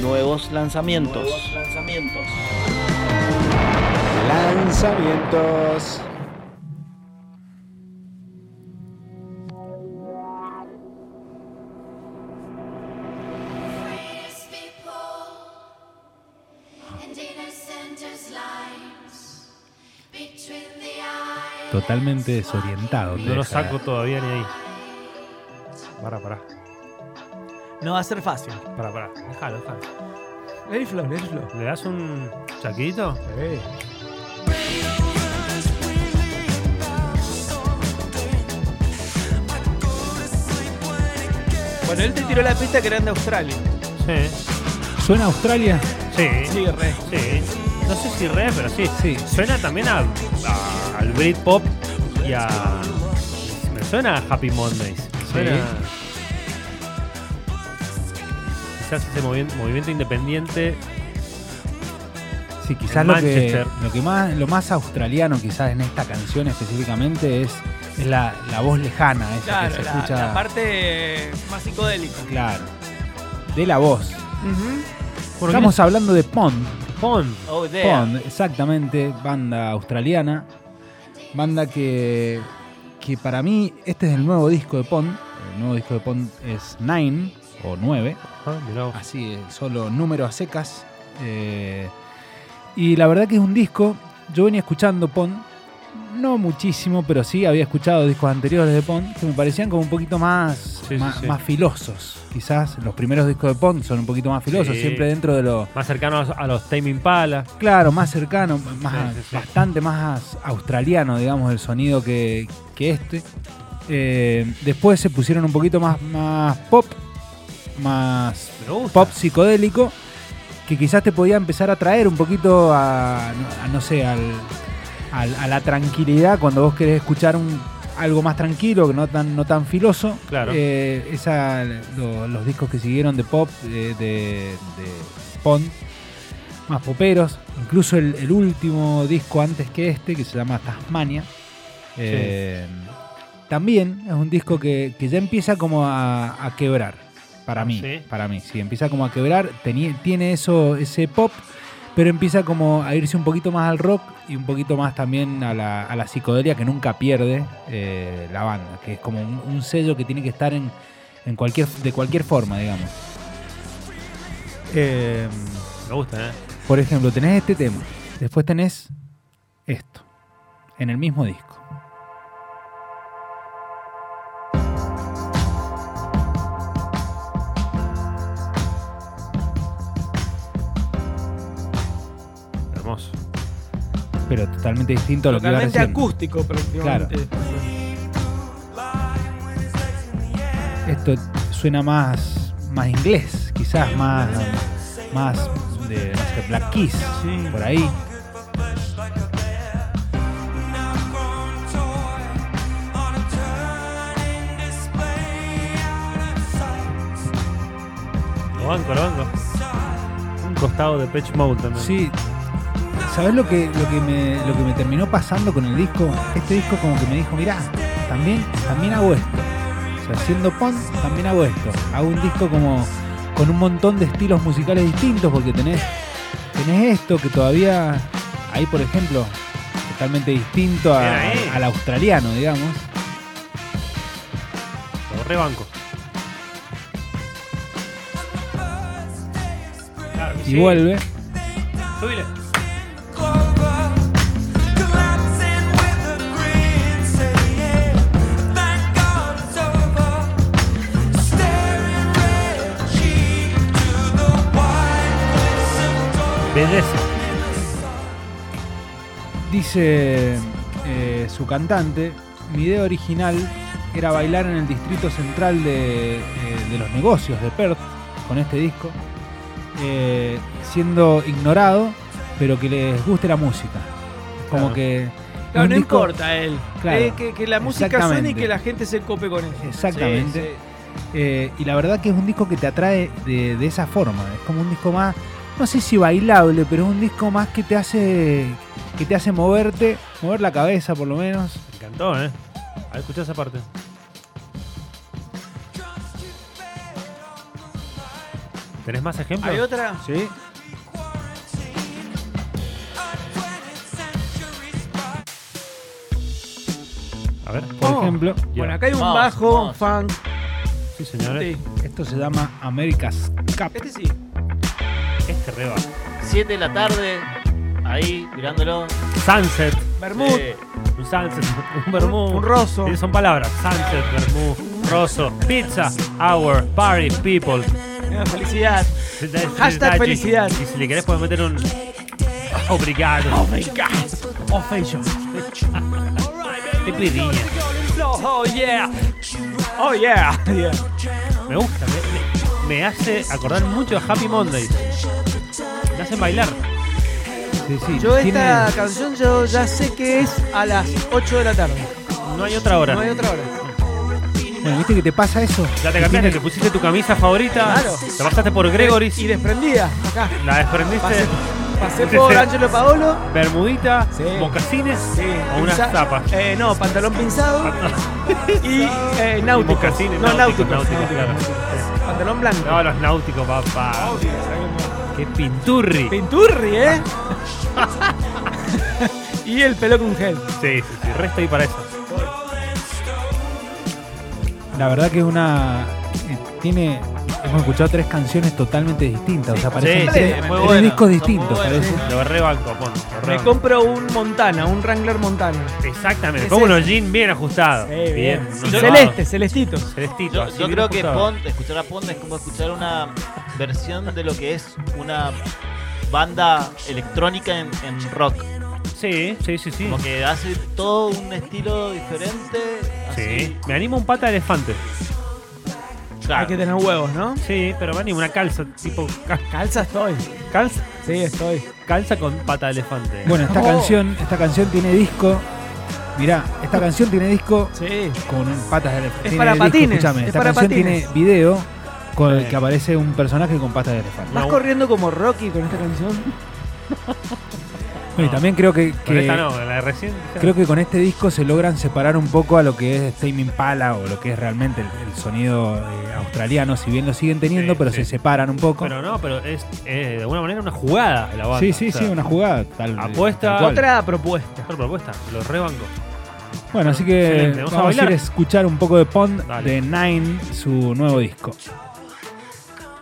Nuevos lanzamientos. Nuevos lanzamientos. Lanzamientos. Praise people and innocenters' lives between the eyes. Totalmente desorientado. te No lo deja. saco todavía ni ahí. Pará, pará. No va a ser fácil. Pará, pará. Déjalo, déjalo. Very flow, very flow. ¿Le das un chaquito? Eh, Bueno, él te tiró la pista que eran de Australia. Sí. ¿Suena a Australia? Sí. Sí, re. Sí. No sé si re, pero sí. Sí. Suena también a, a- al Britpop y a. Me suena a Happy Mondays. Suena. Quizás ese movi- movimiento independiente. Sí, En quizás lo que, Manchester. lo que más lo más australiano quizás en esta canción específicamente es, es la, la voz lejana esa que Claro, se la, escucha. eh, la parte más psicodélica. Claro. De la voz. Bueno, Estamos hablando de Pond. Pon. Oh, there. Pond, exactamente, banda australiana. Banda que, que para mí, este es el nuevo disco de Pond. El nuevo disco de Pond es Nine o 9. Ah, mirá vos. así, eh, solo números a secas. eh, y la verdad que es un disco, yo venía escuchando Pon, no muchísimo, pero sí había escuchado discos anteriores de Pon que me parecían como un poquito más, Sí, sí, más, sí. más filosos. Quizás los primeros discos de Pon son un poquito más filosos, Sí. siempre dentro de lo Más cercano a los- a los Tame Impala. claro, más cercano, más, Sí, sí, sí. bastante más australiano, digamos, el sonido que, que este. Eh, después se pusieron un poquito más, más pop, más Me gusta. pop psicodélico que quizás te podía empezar a traer un poquito a, a no sé, al, al- a la tranquilidad cuando vos querés escuchar un, algo más tranquilo, que no tan, no tan filoso. Claro. Eh, esa, lo- los discos que siguieron de pop, de, de, de Pond, más poperos. Incluso el, el último disco antes que este, que se llama Tasmania. eh, También es un disco que, que ya empieza como a, a quebrar. Para mí, Sí. para mí, sí, empieza como a quebrar, teni- tiene eso, ese pop, pero empieza como a irse un poquito más al rock y un poquito más también a la, a la psicodelia que nunca pierde eh, la banda, que es como un, un sello que tiene que estar en, en cualquier, de cualquier forma, digamos. Eh, Me gusta, ¿eh? por ejemplo, tenés este tema, después tenés esto, en el mismo disco. Hermoso. Pero totalmente distinto a lo Totalmente que iba recién. acústico prácticamente. Esto suena más, más inglés, quizás más, más de no sé, Black Keys, por ahí. Lo banco, lo banco. Un costado de Pitch Mode también. Sí. ¿Sabes lo que, lo, que me, lo que me terminó pasando con el disco? Este disco como que me dijo, mirá, también, también hago esto. O sea, siendo punk, también hago esto. Hago un disco como con un montón de estilos musicales distintos porque tenés, tenés esto que todavía, ahí por ejemplo, totalmente distinto a- Bien ahí. al australiano, digamos. Lo rebanco. Claro que Y sí. vuelve. ¿eh? Subile. Belleza. Dice eh, su cantante, mi idea original era bailar en el distrito central de, eh, de los negocios de Perth con este disco, eh, siendo ignorado, pero que les guste la música. Como Claro. que... Claro, un no disco- importa a él. Claro. Eh, que, que la música suene y Exactamente. que la gente se cope con eso. Exactamente. Sí, sí. Eh, y la verdad que es un disco que te atrae de, de esa forma. Es como un disco más, no sé si bailable, pero es un disco más que te hace, que te hace moverte, mover la cabeza por lo menos. Me encantó, ¿eh? A ver, escuchá esa parte. ¿Tenés más ejemplos? ¿Hay otra? ¿Sí? A ver. Por Oh. ejemplo, Bueno, Ya. acá hay un Vamos, bajo, vamos. funk. Sí, señores. Sí. esto se llama America's Cup. Este sí. Este reba. 7 de la tarde, ahí mirándolo. Sunset. Bermud. Eh, Un sunset. Un vermú. Un roso. Sí, son palabras. Sunset, vermú, roso, pizza, hour, party, people. Eh, Felicidad. Sí, sí, Hashtag sí, felicidad. Y si le querés podés meter un... Obrigado. Oh my god. Oh, fashion. Te pidiña. Oh yeah. Oh yeah. Yeah. Me gusta, me, me- me hace acordar mucho a Happy Mondays. Me hacen bailar. Sí, sí. Yo tiene- esta canción yo ya sé que es a las 8 de la tarde. No hay otra hora. No hay otra hora. Bueno, ¿Viste que te pasa eso? Ya te cambiaste, te pusiste tu camisa favorita. Claro. Te pasaste por Gregory's. Y desprendida, acá. La desprendiste. Pasé, pasé por Angelo Paolo. Bermudita, Sí. mocasines o unas pinza- zapas. Eh, no, pantalón pinzado y eh, náutico. mocasines, No, náutico. náuticos, náuticos, Pantalón blanco. No, los náuticos, papá. Qué pinturri. Pinturri, ¿eh? y el pelo con gel. Sí, sí, sí. Resto ahí para eso. La verdad que es una. eh, Tiene. Hemos escuchado tres canciones totalmente distintas. O sea, parecen Sí, tres, muy tres buenas, discos son muy distintos. buenas, parece. Lo rebanco, pon. lo Me rebanco. compro un Montana, un Wrangler Montana. Exactamente. Es Pongo unos ese. jeans bien ajustados. Eh, bien. Y unos Celeste, celestito. zapatos. Celestito. yo así yo bien creo que ajustado. Pond, escuchar a Pond es como escuchar una versión de lo que es una banda electrónica en, en rock. Sí, sí, sí, sí. Como que hace todo un estilo diferente. Sí. Así. Me animo a un pata de elefante. Hay Claro. que tener huevos, ¿no? Sí, pero me animo a una calza, tipo ca- Calza estoy. calza, Sí, estoy. calza con pata de elefante. Bueno, esta Oh. canción, esta canción tiene disco. Mirá, esta canción tiene disco Sí. con patas de elefante. Es Tiene para disco, patines, escúchame, es esta para canción patines. tiene video con el Sí. que aparece un personaje con patas de elefante. ¿Vas No. corriendo como Rocky con esta canción? Bueno, y también creo que, Ah. Con que- esta no, la de recién. creo que con este disco se logran separar un poco a lo que es Tame Impala o lo que es realmente el, el sonido eh, australiano, si bien lo siguen teniendo, Sí, pero sí. se separan un poco. Pero no, pero es eh, de alguna manera una jugada de la banda. sí, sí, o sea, sí, una jugada tal. apuesta. tal cual. Otra propuesta. Otra propuesta, los rebanco. Bueno, así que Excelente, vamos vamos, a a, ir bailar. a escuchar un poco de Pond Dale. de Nine, su nuevo disco.